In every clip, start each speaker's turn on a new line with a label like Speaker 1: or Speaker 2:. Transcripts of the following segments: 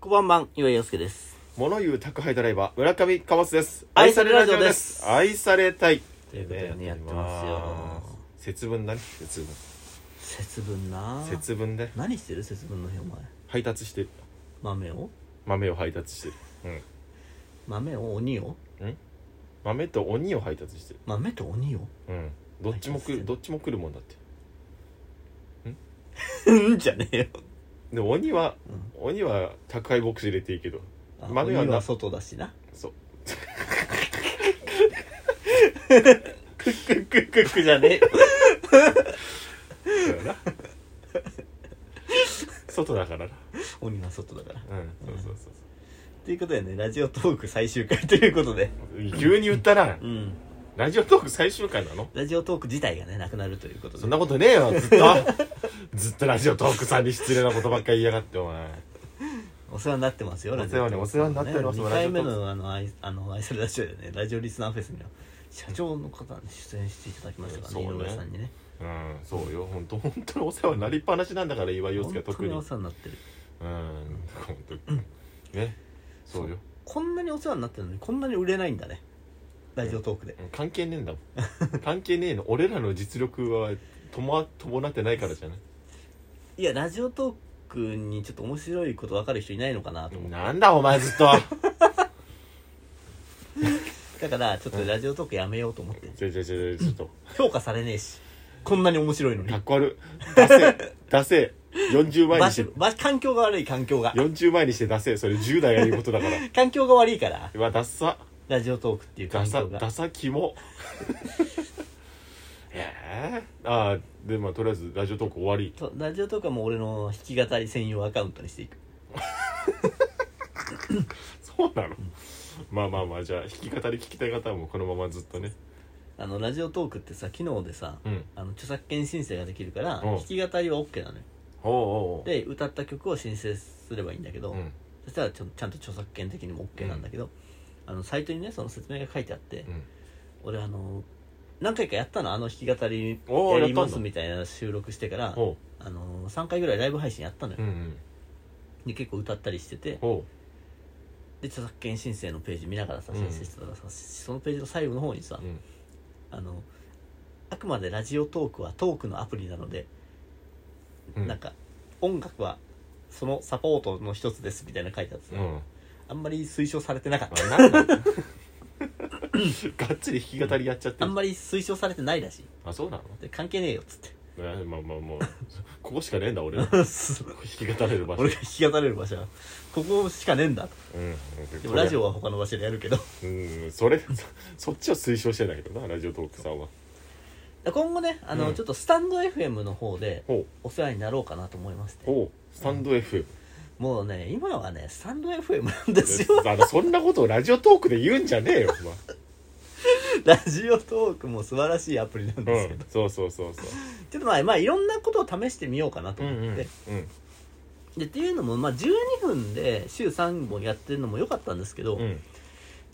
Speaker 1: こばんばん、岩井洋介です。
Speaker 2: 物言う宅配ドライバー村上貨物です
Speaker 1: 愛されラジオです
Speaker 2: 愛されたいと
Speaker 1: いうことでねやってますよ
Speaker 2: 節分だね節分
Speaker 1: 節分な
Speaker 2: 節分で
Speaker 1: 何してる節分の日お前。
Speaker 2: 配達してる
Speaker 1: 豆を
Speaker 2: 豆を配達してる
Speaker 1: 豆を鬼を
Speaker 2: うんん豆と鬼を配達してる
Speaker 1: 豆と鬼を
Speaker 2: うんどっちも
Speaker 1: 配達して
Speaker 2: 来
Speaker 1: る
Speaker 2: るどっちも来るもんだって
Speaker 1: うんじゃねえよ。
Speaker 2: で鬼は鬼は宅配ボックス入れていいけど
Speaker 1: あ
Speaker 2: 豆はな
Speaker 1: 鬼は外だしな。
Speaker 2: そう
Speaker 1: クックックックじゃねえ。
Speaker 2: そうやな外だからな
Speaker 1: 鬼は外だから。
Speaker 2: うんそうそうそう
Speaker 1: ということでね、ラジオトーク最終回ということで。
Speaker 2: そう急に言ったな
Speaker 1: うん。
Speaker 2: ラジオトーク最終回なの
Speaker 1: ラジオトーク自体がね、なくなるということで。
Speaker 2: そんなことねえよずっと ずっとラジオトークさんに失礼なことばっかり言いやがってお前
Speaker 1: お世話になってますよ、
Speaker 2: お世話に
Speaker 1: トークさん
Speaker 2: お世話になっております
Speaker 1: ね、2回目
Speaker 2: ラジ
Speaker 1: のあの、愛あの愛されラジオでね、ラジオリスナーフェスには、社長の方に出演していただきましたからね、
Speaker 2: そう
Speaker 1: 井
Speaker 2: ね
Speaker 1: 上さんにね。
Speaker 2: うんそうよ本当本当にお世話になりっぱなしなんだから岩井陽介は特に
Speaker 1: 本当にお世話にな
Speaker 2: うん
Speaker 1: ってる。
Speaker 2: 本当ねそうよ
Speaker 1: こんなにお世話になってるのにこんなに売れないんだねラジオトークで、
Speaker 2: うん関係ねえんだもん関係ねえの俺らの実力はとも伴ってないからじゃない
Speaker 1: いやラジオトークにちょっと面白いこと分かる人いないのかなと思っ
Speaker 2: なんだお前ずっと
Speaker 1: てだからちょっとラジオトークやめようと思って、
Speaker 2: ちょちょちょちょちょっと
Speaker 1: 評価されねえしこんなに面白いのに
Speaker 2: かっこ悪いダセえダセえ40倍
Speaker 1: 場
Speaker 2: にし
Speaker 1: 所
Speaker 2: て
Speaker 1: 場所環境が悪い環境が
Speaker 2: 40倍にしてダセえそれ10代が言うことだから
Speaker 1: 環境が悪いから
Speaker 2: うわダッサ
Speaker 1: ラジオトークっていう
Speaker 2: ダ
Speaker 1: 環
Speaker 2: サ
Speaker 1: 境が
Speaker 2: ダサ キモええああでまあとりあえずラジオトーク終わり
Speaker 1: とラジオトークはもう俺の弾き語り専用アカウントにしていく
Speaker 2: そうなの、まあまあまあじゃあ弾き語り聞きたい方はもうこのままずっとね
Speaker 1: あのラジオトークってさ機能でさ、
Speaker 2: うん
Speaker 1: あの著作権申請ができるから
Speaker 2: うん
Speaker 1: 弾き語りは OK なのよ
Speaker 2: おうおうおう
Speaker 1: で歌った曲を申請すればいいんだけど、
Speaker 2: うん
Speaker 1: そしたらちょちゃんと著作権的にも OK なんだけど、あのサイトにねその説明が書いてあって、
Speaker 2: うん
Speaker 1: 俺あの何回かやったのあの弾き語り
Speaker 2: おー
Speaker 1: やりま
Speaker 2: やっ
Speaker 1: す
Speaker 2: たんだ
Speaker 1: みたいな収録してから
Speaker 2: おう
Speaker 1: あの3回ぐらいライブ配信やったのよ、
Speaker 2: うんうん
Speaker 1: で結構歌ったりしてて
Speaker 2: おう
Speaker 1: で著作権申請のページ見ながらさ
Speaker 2: うん
Speaker 1: 申請してたらさ、そのページの最後の方にさ、
Speaker 2: うん
Speaker 1: あのあくまでラジオトークはトークのアプリなので、
Speaker 2: うん
Speaker 1: なんか音楽はそのサポートの一つですみたいなの書いてあってさ、
Speaker 2: うん
Speaker 1: あんまり推奨されてなかっ
Speaker 2: あ
Speaker 1: た
Speaker 2: な んだがっつり弾き語りやっちゃって
Speaker 1: あ
Speaker 2: る
Speaker 1: んまり推奨されてないらしい
Speaker 2: あそうなの
Speaker 1: で関係ねえよっつって
Speaker 2: えまあまあもうここしかねえんだ俺ら弾
Speaker 1: 俺
Speaker 2: き語れる場所
Speaker 1: が弾き語れる場所はここしかねえんだ
Speaker 2: うん
Speaker 1: でもラジオは他の場所でやるけど
Speaker 2: うんそれそそっちを推奨してんだけどなラジオトークさんは
Speaker 1: 今後ねあの、
Speaker 2: うん
Speaker 1: ちょっとスタンド FM の方で
Speaker 2: ほう
Speaker 1: お世話になろうかなと思いまして
Speaker 2: おうスタンド FM、
Speaker 1: もうね今はねスタンド FM なんですよ
Speaker 2: あ のそんなことをラジオトークで言うんじゃねえよ、
Speaker 1: ラジオトークも素晴らしいアプリなん
Speaker 2: お前
Speaker 1: ですけ
Speaker 2: う
Speaker 1: ど、
Speaker 2: ん、 そうそうそうそう
Speaker 1: ちょっとまあ、まあ、いろんなことを試してみようかなと
Speaker 2: うん
Speaker 1: 思
Speaker 2: う
Speaker 1: っ
Speaker 2: ん
Speaker 1: て、
Speaker 2: うん
Speaker 1: でっていうのも、まあ、12分で週3本やってるのも良かったんですけど、
Speaker 2: うん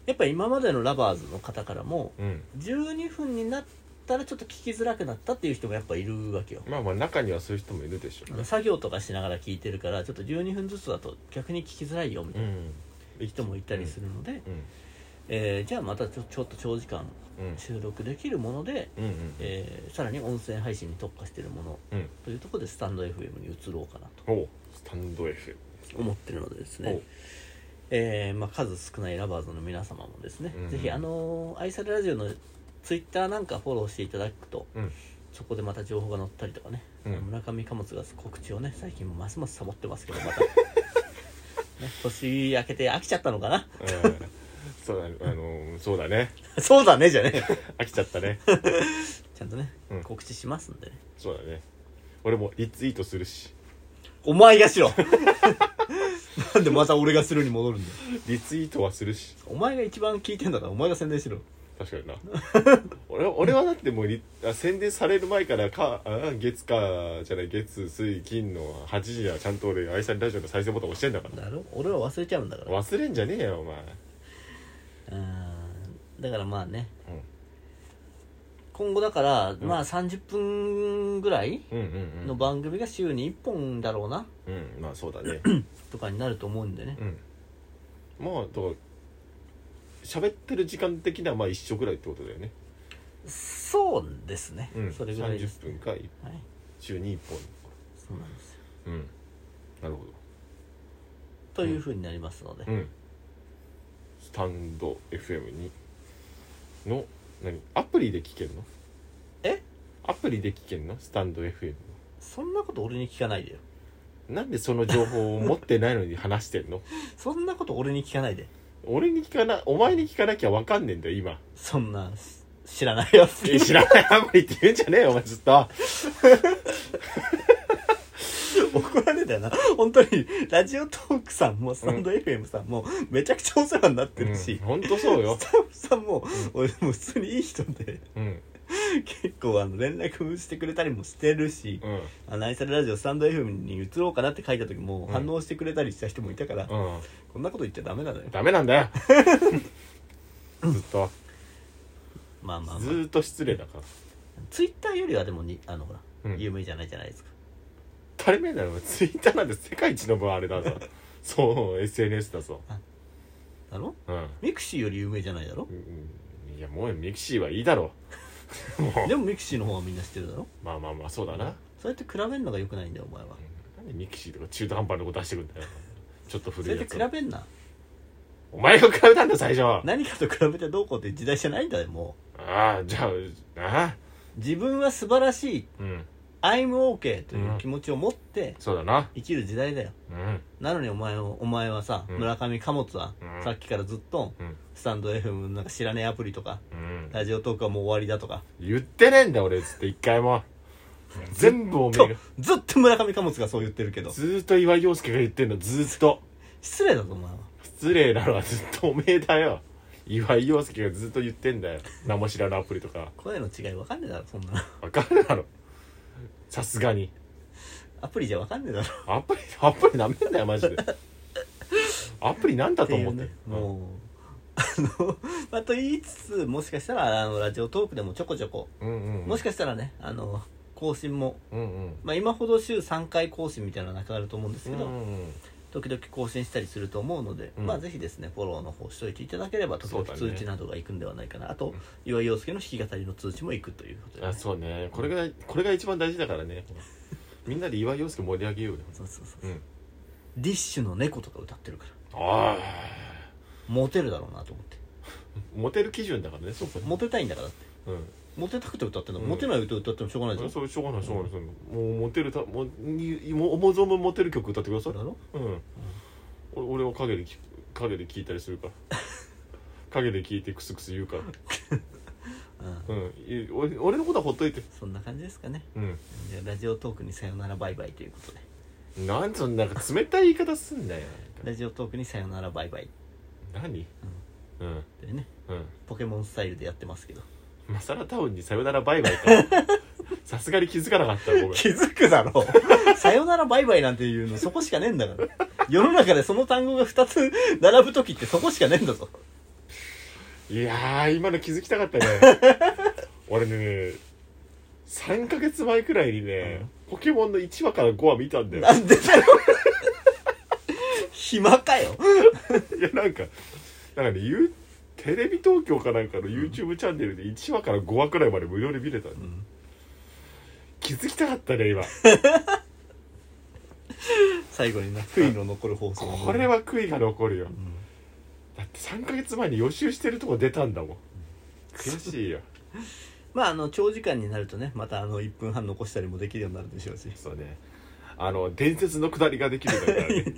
Speaker 1: やっぱ今までのラバーズの方からも、
Speaker 2: うん
Speaker 1: 12分になったらちょっと聞きづらくなったっていう人もやっぱいるわけよ
Speaker 2: まあまあ中にはそういう人もいるでしょ
Speaker 1: あの作業とかしながら聞いてるからちょっと12分ずつだと逆に聞きづらいよみた
Speaker 2: う
Speaker 1: いなん人もいたりするので、
Speaker 2: うん
Speaker 1: えーじゃあまたちょちょっと長時間
Speaker 2: うん
Speaker 1: 収録できるもので、
Speaker 2: うん
Speaker 1: えーさらに音声配信に特化してるもの
Speaker 2: うんうん
Speaker 1: というところでスタンド FM に移ろうかなと
Speaker 2: おうスタンド FM
Speaker 1: 思ってるのでです
Speaker 2: お
Speaker 1: ね
Speaker 2: う、
Speaker 1: えーまあ、数少ないラバーズの皆様もですね、
Speaker 2: うん
Speaker 1: ぜひあのー愛されラジオのツイッターなんかフォローしていただくと
Speaker 2: うん
Speaker 1: そこでまた情報が載ったりとかね、
Speaker 2: うん
Speaker 1: 村上貨物が告知をね最近もますますサボってますけど また、ね、年明けて飽きちゃったのかな
Speaker 2: うんそうだねあのそうだね
Speaker 1: そうだねじゃねえよ
Speaker 2: 飽きちゃったね
Speaker 1: ちゃんとね、
Speaker 2: うん
Speaker 1: 告知しますんでね
Speaker 2: そうだね俺もリツイートするし
Speaker 1: お前がしろ なんでまた俺がするに戻るんだよ
Speaker 2: リツイートはするし
Speaker 1: お前が一番聞いてんだからお前が宣伝しろ
Speaker 2: 確かにな 俺は俺はだってもうリあ宣伝される前からかあ月かじゃない月水金の8時にはちゃんと俺愛されラジオの再生ボタン押してんだから
Speaker 1: だろ俺は忘れちゃうんだから
Speaker 2: 忘れんじゃねえよお前
Speaker 1: うーんだからまあね
Speaker 2: うん
Speaker 1: 今後だから、
Speaker 2: ん
Speaker 1: まあ30分ぐらい
Speaker 2: うんうんうん
Speaker 1: の番組が週に1本だろうな
Speaker 2: うんまあそうだね
Speaker 1: とかになると思うんでね
Speaker 2: うんまあだから喋ってる時間的にはまあ一緒ぐらいってことだよね、
Speaker 1: そうですね、
Speaker 2: うん、
Speaker 1: それぐらいです
Speaker 2: 30分か
Speaker 1: はい
Speaker 2: 週に1
Speaker 1: そうなんですよ
Speaker 2: 本うんなるほ
Speaker 1: というふうになりますので、
Speaker 2: どうんスタンド FM にの何アプリで聞けるの
Speaker 1: え
Speaker 2: アプリで聞けるのスタンド FM
Speaker 1: そんなこと俺に聞かないでよ
Speaker 2: なんでその情報を持ってないのに話してんの
Speaker 1: そんなこと俺に聞かないで
Speaker 2: 俺に聞かなお前に聞かなきゃわかんねえんだよ 今
Speaker 1: そんなし知らないやつ
Speaker 2: え知らないアプリって言うんじゃねえよお前ずっと
Speaker 1: 怒られたよな本当にラジオトークさんもスタンド FM さんもめちゃくちゃお世話になってるし、
Speaker 2: 本当そうよ
Speaker 1: ス、タッフさんも、俺も普通にいい人で
Speaker 2: うん
Speaker 1: 結構あの連絡してくれたりもしてるし
Speaker 2: うん
Speaker 1: 「あの愛されラジオスタンド FM に移ろうかな」って書いた時も
Speaker 2: うん
Speaker 1: 反応してくれたりした人もいたから、
Speaker 2: うん
Speaker 1: こんなこと言っちゃダメなのよ
Speaker 2: ダメなんだ よずっと
Speaker 1: まあまあ、
Speaker 2: ず
Speaker 1: まあ、
Speaker 2: ーっと失礼だから
Speaker 1: ツイッターよりはでもにあのほら、
Speaker 2: うん
Speaker 1: 有名じゃないじゃないですか
Speaker 2: 当たり前だろツイッターなんて世界一の分あれだぞそう SNS だぞ
Speaker 1: だろ
Speaker 2: うん、
Speaker 1: ミクシーより有名じゃないだろ
Speaker 2: うんいやもうミキシーはいいだろ もう
Speaker 1: でもミクシーの方はみんな知ってるだろ
Speaker 2: まあまあまあそうだな、
Speaker 1: そうやって比べるのが良くないんだよお前は
Speaker 2: なんでミキシーとか中途半端なこと出してくんだよちょっと
Speaker 1: そ
Speaker 2: 古
Speaker 1: れ
Speaker 2: い
Speaker 1: で
Speaker 2: や
Speaker 1: 比
Speaker 2: つ
Speaker 1: べんな
Speaker 2: お前が比べたんだ最初あ
Speaker 1: 何かと比べてどうこうって時代じゃないんだよも
Speaker 2: あじゃあああ
Speaker 1: う自分は素晴らしい
Speaker 2: うん
Speaker 1: I'm OK という気持ちを持って
Speaker 2: そうだな
Speaker 1: 生きる時代だよ
Speaker 2: うん
Speaker 1: なのにお前をお前はさ、
Speaker 2: うん
Speaker 1: 村上貨物は、
Speaker 2: うん
Speaker 1: さっきからずっと、
Speaker 2: うん
Speaker 1: スタンド FM なんか知らねえアプリとか
Speaker 2: うん
Speaker 1: ラジオトークはもう終わりだとか
Speaker 2: 言ってねえんだ俺つって一回も全部おめえ
Speaker 1: と
Speaker 2: が
Speaker 1: ずっと村上貨物がそう言ってるけど
Speaker 2: ずーっと岩井陽介が言ってんのずーっと
Speaker 1: 失礼だぞお前は
Speaker 2: 失礼なのはずっとおめえだよ岩井陽介がずっと言ってんだよ名も知らぬアプリとか
Speaker 1: 声の違い分かんねえだろそんなの
Speaker 2: わかるだろさすがに
Speaker 1: アプリじゃ分かんねえだろ
Speaker 2: アプリ アプリなめんなよマジでアプリなんだと思って
Speaker 1: っていうねもう、あの まあと言いつつもしかしたらあのラジオトークでもちょこちょこ
Speaker 2: うんうんうん
Speaker 1: もしかしたらねあの更新も、
Speaker 2: うんうん
Speaker 1: まあ、今ほど週3回更新みたいなのはなくなると思うんです
Speaker 2: うん
Speaker 1: け
Speaker 2: う
Speaker 1: ど、
Speaker 2: ん
Speaker 1: 時々更新したりすると思うので、
Speaker 2: うん
Speaker 1: まあぜひですねフォローの方しといていただければ時
Speaker 2: そう
Speaker 1: 々
Speaker 2: だね
Speaker 1: 通知などが行くんではないかな、あと岩井陽介の弾き語りの通知も行くということで、
Speaker 2: あそうねこれがこれが一番大事だからねみんなで岩井陽介盛り上げようよ
Speaker 1: そうそうそう、
Speaker 2: うん
Speaker 1: ディッシュの猫とか歌ってるから
Speaker 2: ああ
Speaker 1: モテるだろうなと思って
Speaker 2: モテる基準だからねそこ
Speaker 1: モテたいんだからだって
Speaker 2: うん
Speaker 1: モテたくて歌ってんの、
Speaker 2: うん
Speaker 1: モテない歌歌ってもしょうがないじゃん
Speaker 2: そうしょうがないしょうがないそのもうモテるたもうにも思う存分モテる曲歌ってくださ
Speaker 1: そ
Speaker 2: いう
Speaker 1: だろ
Speaker 2: うん俺俺は陰で聞く陰で聞いたりするから 陰で聞いてクスクス言うから
Speaker 1: うん
Speaker 2: うんい俺俺のことはほっといて
Speaker 1: そんな感じですかね
Speaker 2: うん
Speaker 1: じゃあラジオトークにさよならバイバイということで
Speaker 2: なんそんなんか冷たい言い方すんだよ
Speaker 1: ラジオトークにさよならバイバイ
Speaker 2: 何うん
Speaker 1: というね
Speaker 2: うん
Speaker 1: ポケモンスタイルでやってますけど
Speaker 2: マサラタウンにさよならバイバイかさすがに気づかなかった ごめん
Speaker 1: 気づくだ ろさよならバイバイなんていうのそこしかねえんだから世の中でその単語が2つ並ぶ時ってそこしかねえんだぞ
Speaker 2: いやー今の気づきたかったね俺ね3ヶ月前くらいにね、ポケモンの1話から5話見たんだよ
Speaker 1: なんでだよ暇かよ
Speaker 2: いやなんかなんかねゆテレビ東京かなんかの YouTube チャンネルで1話から5話くらいまで無料で見れた、
Speaker 1: ん
Speaker 2: 気づきたかったね今
Speaker 1: 最後にな悔いの残る放送
Speaker 2: これは悔いが残るよ、
Speaker 1: ん
Speaker 2: だって3ヶ月前に予習してるとこ出たんだもん悔しいよ
Speaker 1: まああの長時間になるとねまたあの1分半残したりもできるようになるでしょうし、
Speaker 2: そうねあの伝説のくだりができるんだからね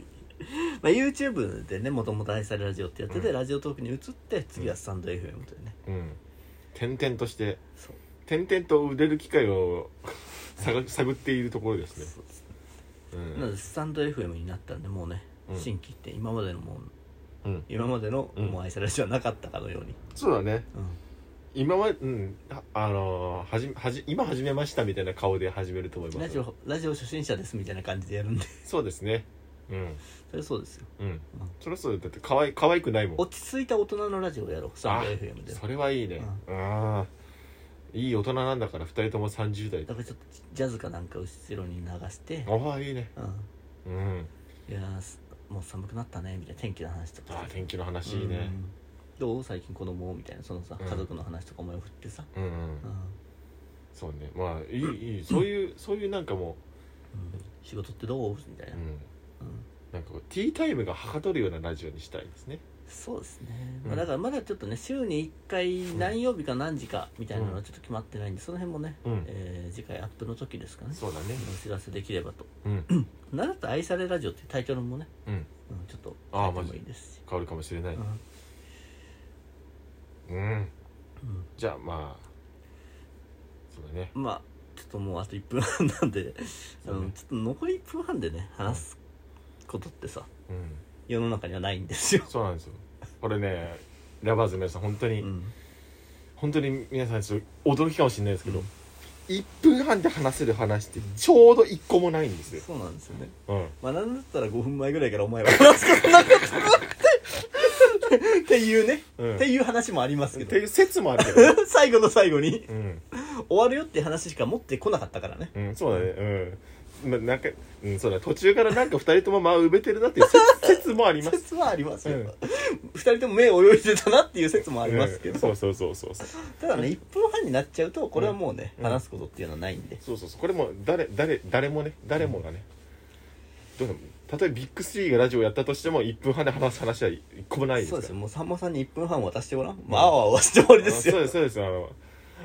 Speaker 1: まあ、YouTube でねもともと愛されラジオってやってて、ラジオトークに移って次はスタンド FM というね
Speaker 2: うん転々として
Speaker 1: そう
Speaker 2: 転々と売れる機会を 探探っているところですね
Speaker 1: そうです
Speaker 2: う
Speaker 1: なの
Speaker 2: ん
Speaker 1: でスタンド FM になったんでもうね、
Speaker 2: うん
Speaker 1: 新規って今までのもう
Speaker 2: うん、
Speaker 1: 今までの
Speaker 2: うん
Speaker 1: もう愛される人はなかったかのように、
Speaker 2: そうだね
Speaker 1: うん
Speaker 2: 今までうんあ、あのーはじはじ今始めましたみたいな顔で始めると思いま
Speaker 1: ラ
Speaker 2: す
Speaker 1: ジオラジオ初心者ですみたいな感じでやる んで
Speaker 2: そうですねうん
Speaker 1: それそうですよ
Speaker 2: うんそりゃそうだだってかわい可愛くないもん
Speaker 1: 落ち着いた大人のラジオやろうスタンド FM で
Speaker 2: それはいいねうんいい大人なんだから2人とも30代
Speaker 1: だからちょっとジャズかなんか後ろに流して、
Speaker 2: ああいいね
Speaker 1: う
Speaker 2: うん
Speaker 1: ん、いやーすもう寒くなったねみたいな天気の話と
Speaker 2: あ
Speaker 1: か
Speaker 2: あ天気の話いいね
Speaker 1: うんどう最近子供みたいなそのさ
Speaker 2: うん
Speaker 1: 家族の話とかもよ振ってさ、
Speaker 2: うん、うん
Speaker 1: うん
Speaker 2: そうねまあいいいいそういうそういうなんかも、
Speaker 1: うん仕事ってどうみたいうな、
Speaker 2: う
Speaker 1: うん
Speaker 2: ん、なんかこうティータイムがはかどるようなラジオにしたいですね
Speaker 1: そうですね、
Speaker 2: うん
Speaker 1: まあ、だからまだちょっとね週に1回何曜日か何時かみたいなのはちょっと決まってないんでその辺もね、
Speaker 2: うん
Speaker 1: えー次回アップの時ですかね
Speaker 2: そうだね
Speaker 1: お知らせできればと
Speaker 2: うん
Speaker 1: なんだったら愛されラジオ」っていうタイトルもね、
Speaker 2: うん
Speaker 1: うん、ちょっと
Speaker 2: あ
Speaker 1: 変
Speaker 2: ー
Speaker 1: えて
Speaker 2: マジ
Speaker 1: もいいですし、
Speaker 2: 変わるかもしれない
Speaker 1: うん
Speaker 2: うん
Speaker 1: うん
Speaker 2: じゃあまあそうだね
Speaker 1: まあちょっともうあと1分半なんで、あ
Speaker 2: そう
Speaker 1: の
Speaker 2: ね
Speaker 1: ちょっと残り1分半でね話すことってさ
Speaker 2: うん
Speaker 1: 世の中にはないんですよ、
Speaker 2: そうなんですよこれねラバーズの皆さん本当に、
Speaker 1: うん、
Speaker 2: 本当に皆さんちょっと驚きかもしれないですけど、
Speaker 1: うん
Speaker 2: 1分半で話せる話ってちょうど1個もないんですよ、
Speaker 1: そうなんですよね
Speaker 2: うん、
Speaker 1: まあなんだったら5分前ぐらいからお前は話すことなかったっていうね、
Speaker 2: うん
Speaker 1: っていう話もありますけ
Speaker 2: ってい
Speaker 1: ど
Speaker 2: う説もあるけ ど
Speaker 1: 最後の最後に
Speaker 2: うん、
Speaker 1: 終わるよって話しか持ってこなかったからね
Speaker 2: うん、そうだねうん、ま、なんか、うん、そうだ途中からなんか2人とも間を埋めてるなっていう説 説もあります
Speaker 1: 説はありますよ、
Speaker 2: うん
Speaker 1: 2人とも目泳いでたなっていう説も ありますけど、
Speaker 2: うんそうそうそうそうそう
Speaker 1: ただね1分半になっちゃうとこれはもうね、
Speaker 2: うん
Speaker 1: 話すことっていうのはないんで、
Speaker 2: そうそうそうこれも誰誰誰もね誰もがね、どうでも例えばビッグスリーがラジオやったとしても1分半で話す話は1個もないです
Speaker 1: そ
Speaker 2: か
Speaker 1: う
Speaker 2: ら
Speaker 1: ですよもうさんまさんに1分半渡してごらん、まああわあわして終わりです
Speaker 2: あそ
Speaker 1: よ
Speaker 2: うですそうですあの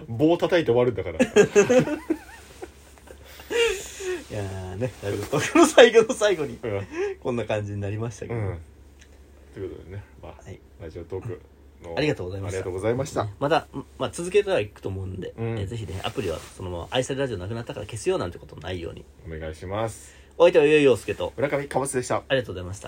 Speaker 2: 棒叩いて終わるんだから
Speaker 1: いやーねラジオトークの最後の最後に
Speaker 2: うん
Speaker 1: こんな感じになりましたけ
Speaker 2: う
Speaker 1: ど、
Speaker 2: んということでね、まあ
Speaker 1: はい
Speaker 2: ラジオトークの
Speaker 1: ありがとうございました
Speaker 2: ありがとうございました、
Speaker 1: また、んまあ、続けてはいくと思うんで、
Speaker 2: うん
Speaker 1: えーぜひねアプリはそのまま愛されラジオなくなったから消すよなんてことないように
Speaker 2: お願いします
Speaker 1: お相手はゆうようすけと
Speaker 2: 村上かぼすでした
Speaker 1: ありがとうございました